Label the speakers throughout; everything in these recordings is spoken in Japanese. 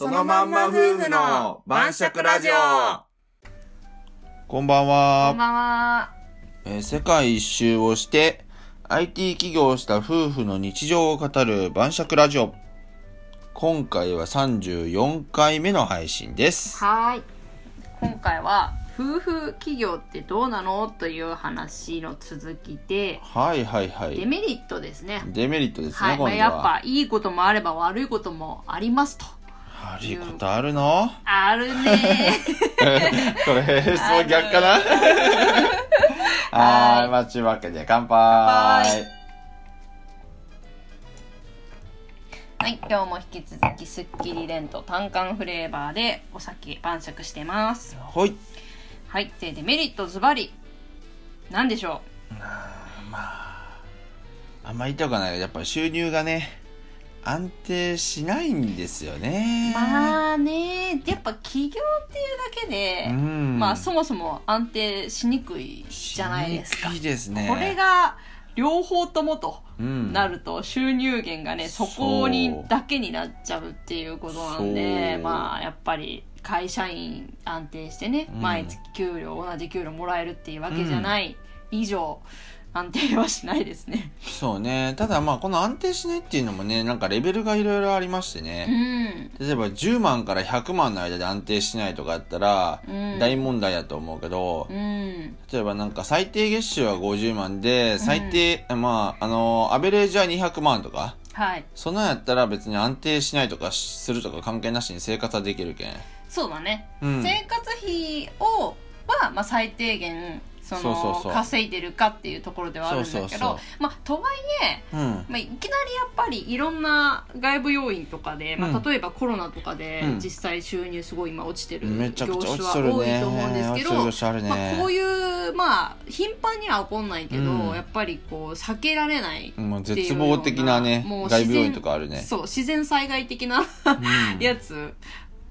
Speaker 1: のまんま夫婦の晩酌ラジオ
Speaker 2: こんばん
Speaker 3: こん
Speaker 2: は、
Speaker 3: ばんは。
Speaker 2: えー世界一周をして IT 起業した夫婦の日常を語る晩酌ラジオ今回は34回目の配信です
Speaker 3: はーい。今回は夫婦企業ってどうなのという話の続きで、
Speaker 2: はいはいは
Speaker 3: デ
Speaker 2: い
Speaker 3: メリットですね。
Speaker 2: デメリットですね、
Speaker 3: はい、まあ、
Speaker 2: 今
Speaker 3: やっ
Speaker 2: 度は
Speaker 3: ぱいいこともあれば悪いこともありますと。
Speaker 2: 悪いことあるの
Speaker 3: あるねー。
Speaker 2: これ質問逆かな はーい、まちわけで乾杯
Speaker 3: はい、今日も引き続きすっきりレンと単管フレーバーでお酒晩酌してます。
Speaker 2: ほい
Speaker 3: はい、でデメリットズバリなんでしょ
Speaker 2: あんまり言いたくはないけどやっぱ収入がね安定しないんですよ
Speaker 3: う。
Speaker 2: ね
Speaker 3: まあねー、やっぱ起業っていうだけで
Speaker 2: う、ん
Speaker 3: まあそもそも安定しにくいじゃないですか
Speaker 2: い。いですね
Speaker 3: これが両方ともと
Speaker 2: うん
Speaker 3: なると収入源がね、そこにだけになっちゃうっていうことなんで
Speaker 2: そう
Speaker 3: まあやっぱり会社員安定してね、
Speaker 2: うん
Speaker 3: 毎月給料同じ給料もらえるっていうわけじゃない以上、安定はしないですね。
Speaker 2: そうねただまあこの安定しないっていうのもねなんかレベルがいろいろありまして
Speaker 3: う
Speaker 2: ね、
Speaker 3: ん
Speaker 2: 例えば10万から100万の間で安定しないとかあったら
Speaker 3: うん
Speaker 2: 大問題だと思うけど、
Speaker 3: うん
Speaker 2: 例えばなんか最低月収は50万で最低、まああのアベレージは200万とか
Speaker 3: はい
Speaker 2: そんなんやったら別に安定しないとかしするとか関係なしに生活はできるけん
Speaker 3: そうだね、
Speaker 2: うん
Speaker 3: 生活費をは、まあ、最低限その
Speaker 2: そうそうそう
Speaker 3: 稼いでるかっていうところではあるんだけど
Speaker 2: そうそうそう
Speaker 3: まあ、とはい
Speaker 2: う
Speaker 3: え
Speaker 2: ん
Speaker 3: まあ、いきなりやっぱりいろんな外部要因とかで、ま
Speaker 2: う
Speaker 3: あ、
Speaker 2: ん
Speaker 3: 例えばコロナとかで
Speaker 2: うん
Speaker 3: 実際収入すごい今落ちてる
Speaker 2: めちゃ
Speaker 3: 業
Speaker 2: くちゃ
Speaker 3: 種
Speaker 2: 落ち
Speaker 3: は
Speaker 2: とる
Speaker 3: 多い
Speaker 2: ね
Speaker 3: と思うんですけど、
Speaker 2: 落ちとる業種あるね
Speaker 3: まあ、こういうまあ頻繁には起こんないけど、
Speaker 2: うん
Speaker 3: やっぱりこう避けられないっていうような
Speaker 2: もう絶望的なね
Speaker 3: もう自
Speaker 2: 外
Speaker 3: 然
Speaker 2: 部要因とかあるね
Speaker 3: そう自然災害的な
Speaker 2: うん
Speaker 3: やつ、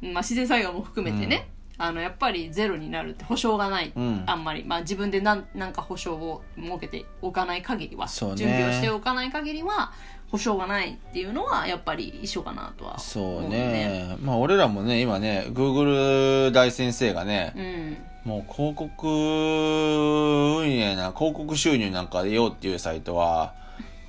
Speaker 3: まあ、自然災害も含めてね、あのやっぱりゼロになるって保証がない、
Speaker 2: うん
Speaker 3: あんまり、まあ、自分でなんなんか保証を設けておかない限りは、
Speaker 2: そうね
Speaker 3: 準備をしておかない限りは保証がないっていうのはやっぱり一緒かなとは
Speaker 2: そ
Speaker 3: 思
Speaker 2: う
Speaker 3: う
Speaker 2: ねまあ俺らもね今ね Google 大先生がね、
Speaker 3: ね
Speaker 2: もう広告運営な広告収入なんか出ようっていうサイトは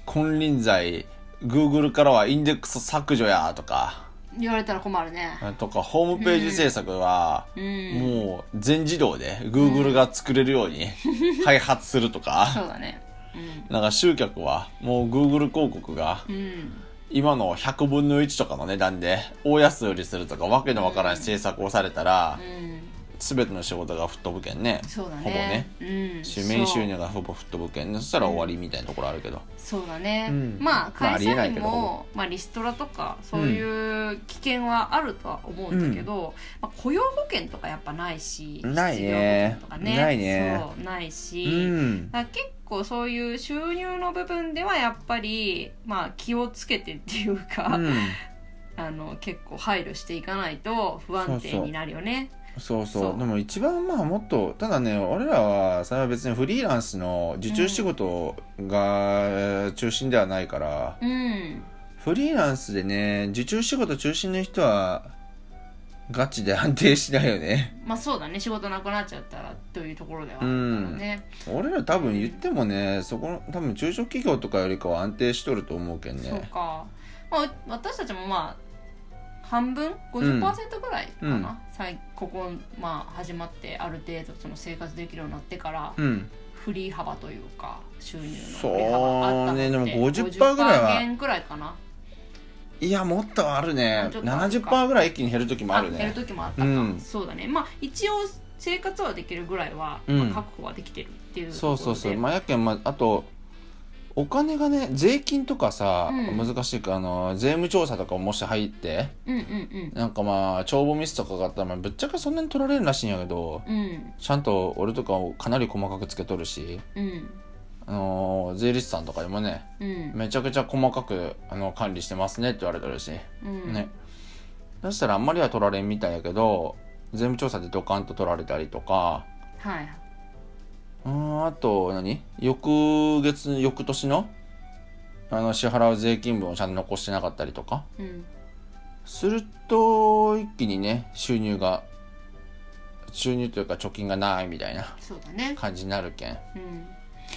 Speaker 2: 金輪際 Google からはインデックス削除やとか
Speaker 3: うん言われたら困るね
Speaker 2: とかホームページ制作は、
Speaker 3: うん
Speaker 2: もう全自動で Google が作れるよう に開発するとか、
Speaker 3: そうだね
Speaker 2: なんか集客はもう Google 広告が
Speaker 3: うん、うん、
Speaker 2: 今の100分の1とかの値段で大安売りするとかわけのわからない政策をされたら、
Speaker 3: うん
Speaker 2: 全ての仕事が吹っ飛ぶけんね
Speaker 3: そうだね
Speaker 2: ほぼね
Speaker 3: うん、
Speaker 2: 主面
Speaker 3: そう
Speaker 2: 収入がほぼ吹っ飛ぶけんねそしたら終わりみたいなところあるけど、
Speaker 3: そうだね、
Speaker 2: うん
Speaker 3: まあ
Speaker 2: まああ
Speaker 3: 会
Speaker 2: りえな
Speaker 3: 社
Speaker 2: い
Speaker 3: に
Speaker 2: けどほ
Speaker 3: も、まあリストラとかそういう危険はあるとは思うんだけど、まあ、雇用保険とかやっぱないし
Speaker 2: ないね
Speaker 3: 失業保険とかね
Speaker 2: ないね
Speaker 3: そうないし、
Speaker 2: うん
Speaker 3: だから結構そういう収入の部分ではやっぱり、まあ、気をつけてっていうか、
Speaker 2: うん
Speaker 3: あの結構配慮していかないと不安定になるよね。
Speaker 2: そうそう
Speaker 3: そう
Speaker 2: でも一番まあもっとただね俺らはそれは別にフリーランスの受注仕事が中心ではないから、
Speaker 3: うん
Speaker 2: フリーランスでね受注仕事中心の人はガチで安定しないよね
Speaker 3: まあそうだね仕事なくなっちゃったらというところではあるからね、
Speaker 2: 俺ら多分言ってもねそこの多分中小企業とかよりかは安定しとると思うけん
Speaker 3: そう
Speaker 2: ね
Speaker 3: か、まあ、う私たちもまあ半分
Speaker 2: うん
Speaker 3: 50%ぐらいかな、
Speaker 2: うん
Speaker 3: 最ここ、まあ、始まってある程度その生活できるようになってから、
Speaker 2: うん
Speaker 3: 振り幅というか収入の
Speaker 2: そう
Speaker 3: 振り幅あったのって
Speaker 2: ねでも50%
Speaker 3: 50%
Speaker 2: ぐらいは
Speaker 3: 減ぐらいかない
Speaker 2: やもっとあるね
Speaker 3: あちょっとあるか
Speaker 2: 70%ぐらい一気に減る時もある
Speaker 3: 減る
Speaker 2: ね
Speaker 3: 時もあったか、
Speaker 2: うん
Speaker 3: そうだねまあ一応生活はできるぐらいは、
Speaker 2: うん
Speaker 3: まあ確保はできてるっていうとこ
Speaker 2: そ
Speaker 3: ろ
Speaker 2: う
Speaker 3: で
Speaker 2: そうそうまあやけん、まあ、あとお金がね税金とかさ、
Speaker 3: うん
Speaker 2: 難しいからあの税務調査とかもし入って
Speaker 3: うんうん
Speaker 2: なんかまあ帳簿ミスとかがあったら、まあ、ぶっちゃけそんなに取られるらしいんやけど
Speaker 3: うんうん
Speaker 2: ちゃんと俺とかをかなり細かくつけとるし、
Speaker 3: うん
Speaker 2: あの税理士さんとかにもね
Speaker 3: うん
Speaker 2: めちゃくちゃ細かくあの管理してますねって言われてるし、
Speaker 3: うん
Speaker 2: ねそしたらあんまりは取られんみたいやけど税務調査でドカンと取られたりとか
Speaker 3: はい、
Speaker 2: うーんあと何翌月翌年のあの支払う税金分をちゃんと残してなかったりとか
Speaker 3: うん、
Speaker 2: すると一気にね収入が収入というか貯金がないみたい な
Speaker 3: そうだね。
Speaker 2: 感じになるけん、
Speaker 3: うん。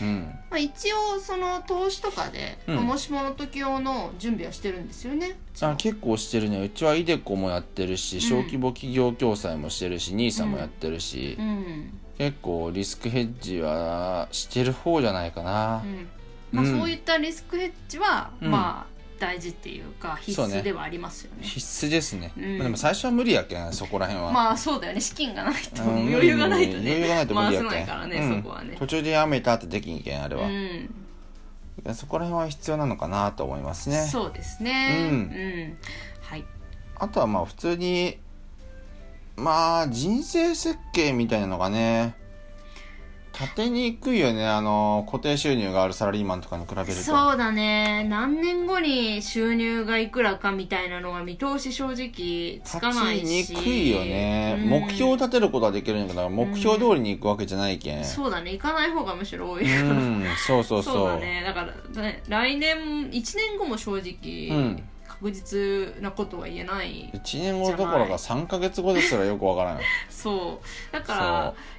Speaker 2: うん、
Speaker 3: まあ一応その投資とかで、
Speaker 2: うん
Speaker 3: まあもしもの時用の準備はしてるんですよね。
Speaker 2: あ結構してるねうちはイデコもやってるし
Speaker 3: ん
Speaker 2: 小規模企業共済もしてるし NISA もやってるし、
Speaker 3: うん。
Speaker 2: 結構リスクヘッジはしてる方じゃないかな
Speaker 3: う、ん。まあ
Speaker 2: うん
Speaker 3: そういったリスクヘッジは、
Speaker 2: うん
Speaker 3: まあ大事っていうか必
Speaker 2: そうね
Speaker 3: 須ではありますよね。
Speaker 2: 必須ですね、
Speaker 3: うん
Speaker 2: まあでも最初は無理やけんそこら辺は、
Speaker 3: まあそうだよね資金がないと
Speaker 2: うん
Speaker 3: 余裕がないとね
Speaker 2: 余裕がないと無理
Speaker 3: 回
Speaker 2: や
Speaker 3: せ
Speaker 2: けん
Speaker 3: ないからね、
Speaker 2: うん
Speaker 3: そこはね。
Speaker 2: 途中でやめたってできんけんあれ
Speaker 3: う
Speaker 2: は、
Speaker 3: ん。
Speaker 2: そこら辺は必要なのかなと思いますね
Speaker 3: そうですね。
Speaker 2: う
Speaker 3: うんん。はい。
Speaker 2: あとはまあ普通にまあ人生設計みたいなのがね立てにくいよねあの固定収入があるサラリーマンとかに比べると
Speaker 3: そうだね何年後に収入がいくらかみたいなのは見通し正直つかないし
Speaker 2: 立ちにくいよね、
Speaker 3: うん
Speaker 2: 目標を立てることはできるんだけど目標通りに行くわけじゃないけん、うん、そ
Speaker 3: そうだね行かない方がむしろ多いうから、
Speaker 2: そうそう
Speaker 3: そうだねだから、ね、来年1年後も正直、
Speaker 2: うん
Speaker 3: 確実なことは言えない
Speaker 2: 1年後どころか3か月後ですらよくわ からん
Speaker 3: そうだか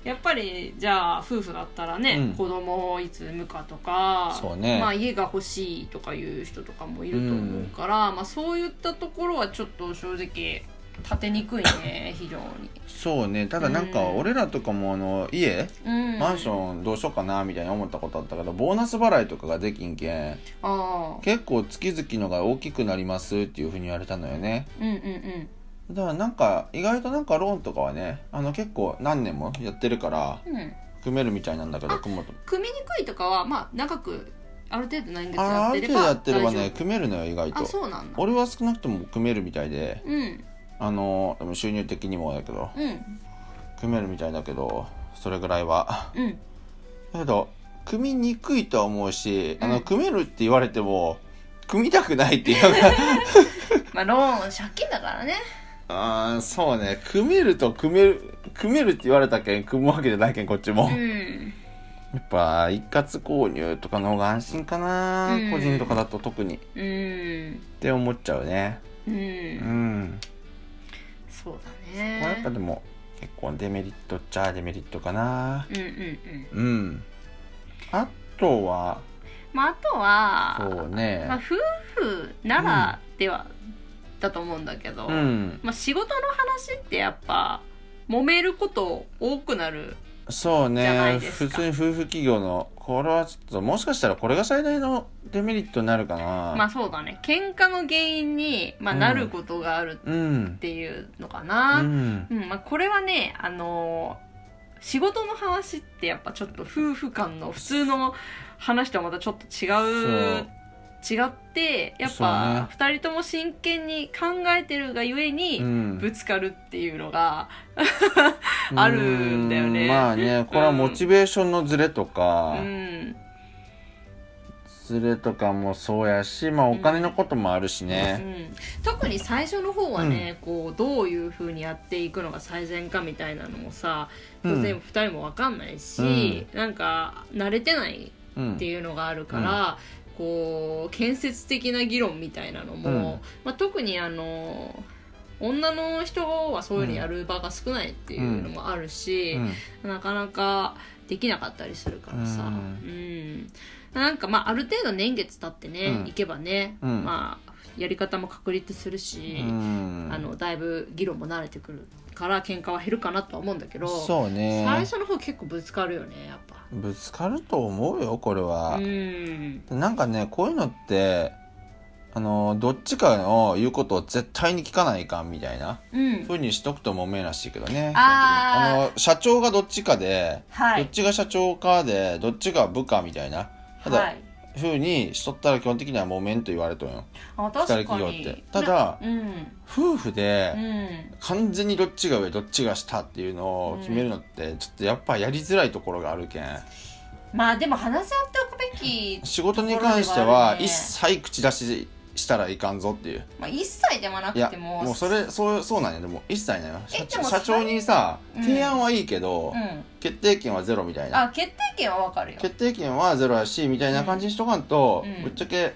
Speaker 3: らやっぱりじゃあ夫婦だったらね、
Speaker 2: うん
Speaker 3: 子供をいつ産むかとか
Speaker 2: そうね
Speaker 3: まあ、家が欲しいとかいう人とかもいると思うから、まあ、そういったところはちょっと正直立てにくいね非常に、
Speaker 2: そうねただなんか
Speaker 3: うん
Speaker 2: 俺らとかもあの家、
Speaker 3: うん、
Speaker 2: マンションどうしようかなみたいに思ったことあったけどボーナス払いとかができんけん
Speaker 3: ああ
Speaker 2: 結構月々のが大きくなりますっていうふうに言われたのよね
Speaker 3: うんうんうん
Speaker 2: だからなんか意外となんかローンとかはねあの結構何年もやってるから
Speaker 3: うん、
Speaker 2: 組めるみたいなんだけど
Speaker 3: あ
Speaker 2: 組もうと
Speaker 3: 組みにくいとかはまあ長くある程度何月
Speaker 2: あ
Speaker 3: や
Speaker 2: あ
Speaker 3: っ
Speaker 2: る
Speaker 3: てれ
Speaker 2: 程
Speaker 3: ば
Speaker 2: 度やってればね
Speaker 3: 大丈
Speaker 2: 組めるのよ意外
Speaker 3: 夫あ
Speaker 2: と
Speaker 3: そうなんだ
Speaker 2: 俺は少なくとも組めるみたいで
Speaker 3: うん
Speaker 2: あのでも収入的にもだけど
Speaker 3: うん
Speaker 2: 組めるみたいだけどそれぐらいは
Speaker 3: うん
Speaker 2: だけど組みにくいとは思うし、あの
Speaker 3: うん
Speaker 2: 組めるって言われても組みたくないっていう
Speaker 3: まあローン借金だからね
Speaker 2: あーそうね組めると組める組めるって言われたけん組むわけじゃないけんこっちも、
Speaker 3: うん
Speaker 2: やっぱ一括購入とかの方が安心かな、
Speaker 3: うん
Speaker 2: 個人とかだと特にっ
Speaker 3: うん
Speaker 2: て思っちゃうね
Speaker 3: う
Speaker 2: うんん、
Speaker 3: そうだ
Speaker 2: これやっ
Speaker 3: ね
Speaker 2: ぱでも結構デメリットっちゃデメリットかな
Speaker 3: うんうんうん
Speaker 2: うんあとは
Speaker 3: まああとは
Speaker 2: そう
Speaker 3: まあ、
Speaker 2: ね
Speaker 3: 夫婦ならでは、だと思うんだけど、
Speaker 2: うん
Speaker 3: まあ、仕事の話ってやっぱ揉めること多くなる
Speaker 2: そう
Speaker 3: じゃない
Speaker 2: ね
Speaker 3: です
Speaker 2: 普
Speaker 3: か
Speaker 2: 通に夫婦企業のこれはちょっともしかしたらこれが最大のデメリットになるかな、
Speaker 3: まあそうだね喧嘩の原因に、まあ、なることがある
Speaker 2: うん
Speaker 3: っていうのか
Speaker 2: う
Speaker 3: な、うん
Speaker 2: ん
Speaker 3: まあ、これはねあのー仕事の話ってやっぱちょっと夫婦間の普通の話とはまたちょっと違う違ってやっぱ2人とも真剣に考えてるがゆえに、
Speaker 2: うん
Speaker 3: ぶつかるっていうのがあるんだよ
Speaker 2: う
Speaker 3: ね。
Speaker 2: んまあねこれはモチベーションのズレと
Speaker 3: う
Speaker 2: か、
Speaker 3: ん、
Speaker 2: ズレとかもそうやしまあお金のこともあるし
Speaker 3: う
Speaker 2: ね、
Speaker 3: ん、特に最初の方はね、こうどういうふうにやっていくのが最善かみたいなのもさ
Speaker 2: うん
Speaker 3: 当然2人も分かんないし、なんか慣れてない
Speaker 2: うん
Speaker 3: っていうのがあるから、こう建設的な議論みたいなのも、
Speaker 2: うん
Speaker 3: まあ、特にあの女の人はそういうのやる場が少ないっていうのもあるし、
Speaker 2: うん
Speaker 3: なかなかできなかったりするからさ、
Speaker 2: う
Speaker 3: うんんなんかまあある程度年月経ってね、
Speaker 2: うん
Speaker 3: いけばね、
Speaker 2: うん
Speaker 3: まあやり方も確立するし、
Speaker 2: うん
Speaker 3: あのだいぶ議論も慣れてくるから喧嘩は減るかなとは思うんだけど、
Speaker 2: そうね
Speaker 3: 最初の方結構ぶつかるよねやっぱ。
Speaker 2: ぶつかると思うよこれ
Speaker 3: う
Speaker 2: は、
Speaker 3: ん、
Speaker 2: なんかねこういうのってあのどっちかの言うことを絶対に聞かないかんみたいな
Speaker 3: うん
Speaker 2: ふうにしとくともめらしいけどね
Speaker 3: あ
Speaker 2: の
Speaker 3: ー
Speaker 2: 社長がどっちかで、
Speaker 3: はい
Speaker 2: どっちが社長かでどっちが部下みたいなただ、
Speaker 3: はい、
Speaker 2: ふうにしとったら基本的にはもめんと言われとんよ
Speaker 3: あ
Speaker 2: 二人
Speaker 3: 確か
Speaker 2: 企
Speaker 3: に
Speaker 2: 業ってただ
Speaker 3: なうん
Speaker 2: 夫婦で、
Speaker 3: うん
Speaker 2: 完全にどっちが上どっちが下っていうのを決めるのってちょっとやっぱやりづらいところがあるけん
Speaker 3: まあでも話し合っておくべき、
Speaker 2: 仕事に関しては一切口出ししたらいかんぞっていう
Speaker 3: まあ、一切でもない
Speaker 2: や
Speaker 3: くても
Speaker 2: もうそれそうそうなんやでも一切ないよ社
Speaker 3: で
Speaker 2: 長
Speaker 3: も
Speaker 2: 社長にさ
Speaker 3: うん
Speaker 2: 提案はいいけど、
Speaker 3: うん、
Speaker 2: 決定権はゼロみたいな
Speaker 3: あ決定権はわかるよ
Speaker 2: 決定権はゼロやしみたいな感じにしとかんと、
Speaker 3: うん
Speaker 2: ぶっちゃけ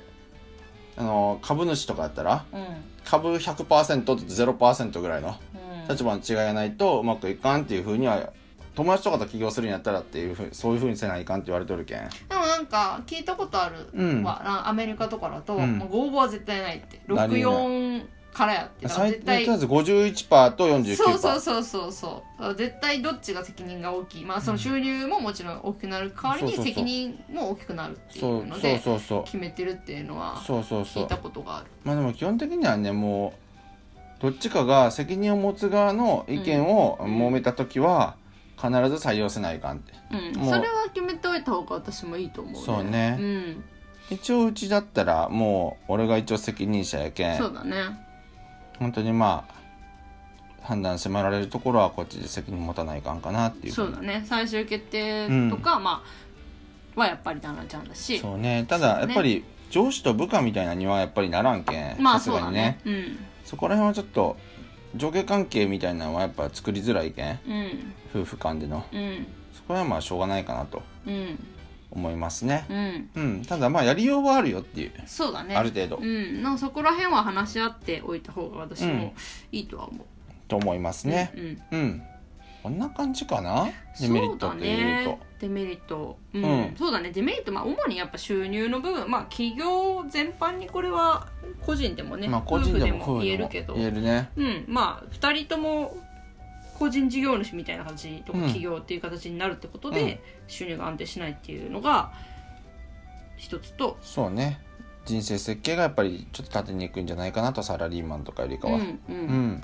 Speaker 2: あの株主とかやったら
Speaker 3: うん
Speaker 2: 株100%と0%ぐらいの
Speaker 3: うん
Speaker 2: 立場の違いないとうまくいかんっていうふうには友達とかと起業するんやったらっていうふうそういうふうにせないかんって言われてるけん
Speaker 3: でもなんか聞いたことある
Speaker 2: うん
Speaker 3: わ、なアメリカとかだと、
Speaker 2: うん
Speaker 3: もうご応募は絶対ないって
Speaker 2: なりえない
Speaker 3: 64からやってだから
Speaker 2: 最
Speaker 3: 絶
Speaker 2: とり
Speaker 3: 対
Speaker 2: あえず51%と49%
Speaker 3: そうそうそうそうそう絶対どっちが責任が大きいまあその収入ももちろん大きくなる代わりに
Speaker 2: そうそうそう
Speaker 3: 責任も大きくなるってい
Speaker 2: そうう
Speaker 3: の
Speaker 2: そう
Speaker 3: で
Speaker 2: そうそう
Speaker 3: 決めてるっていうのは
Speaker 2: そうそうそ
Speaker 3: 聞いうたことがある
Speaker 2: まあでも基本的にはねもうどっちかが責任を持つ側の意見を揉めた時は必ず採用せないかんって
Speaker 3: うん
Speaker 2: もう
Speaker 3: それは決めておいた方が私もいいと思うね
Speaker 2: そうね
Speaker 3: うん
Speaker 2: 一応うちだったらもう俺が一応責任者やけん
Speaker 3: そうだね
Speaker 2: 本当にまあ判断迫られるところはこっちで責任持たないかんかなっていう
Speaker 3: そうだね最終決定とか、まあはやっぱり旦那ちゃんだし
Speaker 2: そうねただやっぱり上司と部下みたいなにはやっぱりならんけん
Speaker 3: まあ
Speaker 2: さす
Speaker 3: そう
Speaker 2: が
Speaker 3: だ
Speaker 2: に
Speaker 3: ね
Speaker 2: ね
Speaker 3: うん
Speaker 2: そこら辺はちょっと上下関係みたいなのはやっぱ作りづらいけん
Speaker 3: うん
Speaker 2: 夫婦間での
Speaker 3: うん
Speaker 2: そこはまあしょうがないかなと
Speaker 3: うん
Speaker 2: 思いますね
Speaker 3: うん
Speaker 2: うんただまあやりようはあるよっていう
Speaker 3: そうだね
Speaker 2: ある程度
Speaker 3: うんなんかそこら辺は話し合っておいた方が私
Speaker 2: うん
Speaker 3: もいいとは思
Speaker 2: と思います
Speaker 3: う
Speaker 2: ね
Speaker 3: うん
Speaker 2: うんこんな感じかなデメリ
Speaker 3: そ
Speaker 2: ッ
Speaker 3: う
Speaker 2: ト
Speaker 3: だ
Speaker 2: っていう
Speaker 3: ね
Speaker 2: と
Speaker 3: デメリットうん
Speaker 2: うん
Speaker 3: そうだねデメリットまあ主にやっぱ収入の部分まあ企業全般にこれは個人でもね
Speaker 2: まあ個人でも
Speaker 3: 夫婦でも
Speaker 2: 夫婦
Speaker 3: 言え
Speaker 2: で
Speaker 3: る
Speaker 2: も
Speaker 3: けど
Speaker 2: 言えるね
Speaker 3: うん、まあ2人とも個人事業主みたいな形とか
Speaker 2: うん
Speaker 3: 企業っていう形になるってことで、
Speaker 2: うん
Speaker 3: 収入が安定しないっていうのが一つと、
Speaker 2: そうね人生設計がやっぱりちょっと立てにくいんじゃないかなとサラリーマンとかよりか
Speaker 3: うん
Speaker 2: は
Speaker 3: う
Speaker 2: うんん、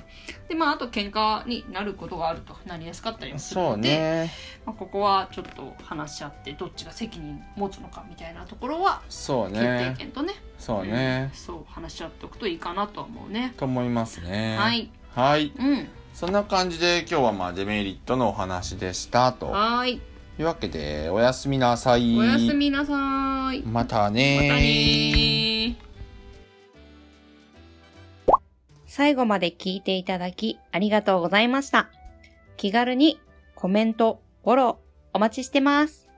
Speaker 3: でまああと喧嘩になることがあるとなりやすかったりもする
Speaker 2: そう
Speaker 3: ので、
Speaker 2: ね
Speaker 3: まあ、ここはちょっと話し合ってどっちが責任持つのかみたいなところは
Speaker 2: そう
Speaker 3: 決定
Speaker 2: ね
Speaker 3: 権とね
Speaker 2: そうね
Speaker 3: うん、そう話し合っておくといいかなとは思うね。
Speaker 2: と思いますね
Speaker 3: はい、
Speaker 2: はい
Speaker 3: うん、
Speaker 2: そんな感じで今日はまあデメリットのお話でしたと
Speaker 3: はーい
Speaker 2: いうわけでおやすみなさい
Speaker 3: おやすみなさーい。
Speaker 2: またね
Speaker 3: またねー
Speaker 4: 最後まで聞いていただきありがとうございました。気軽にコメント、フォローお待ちしてます。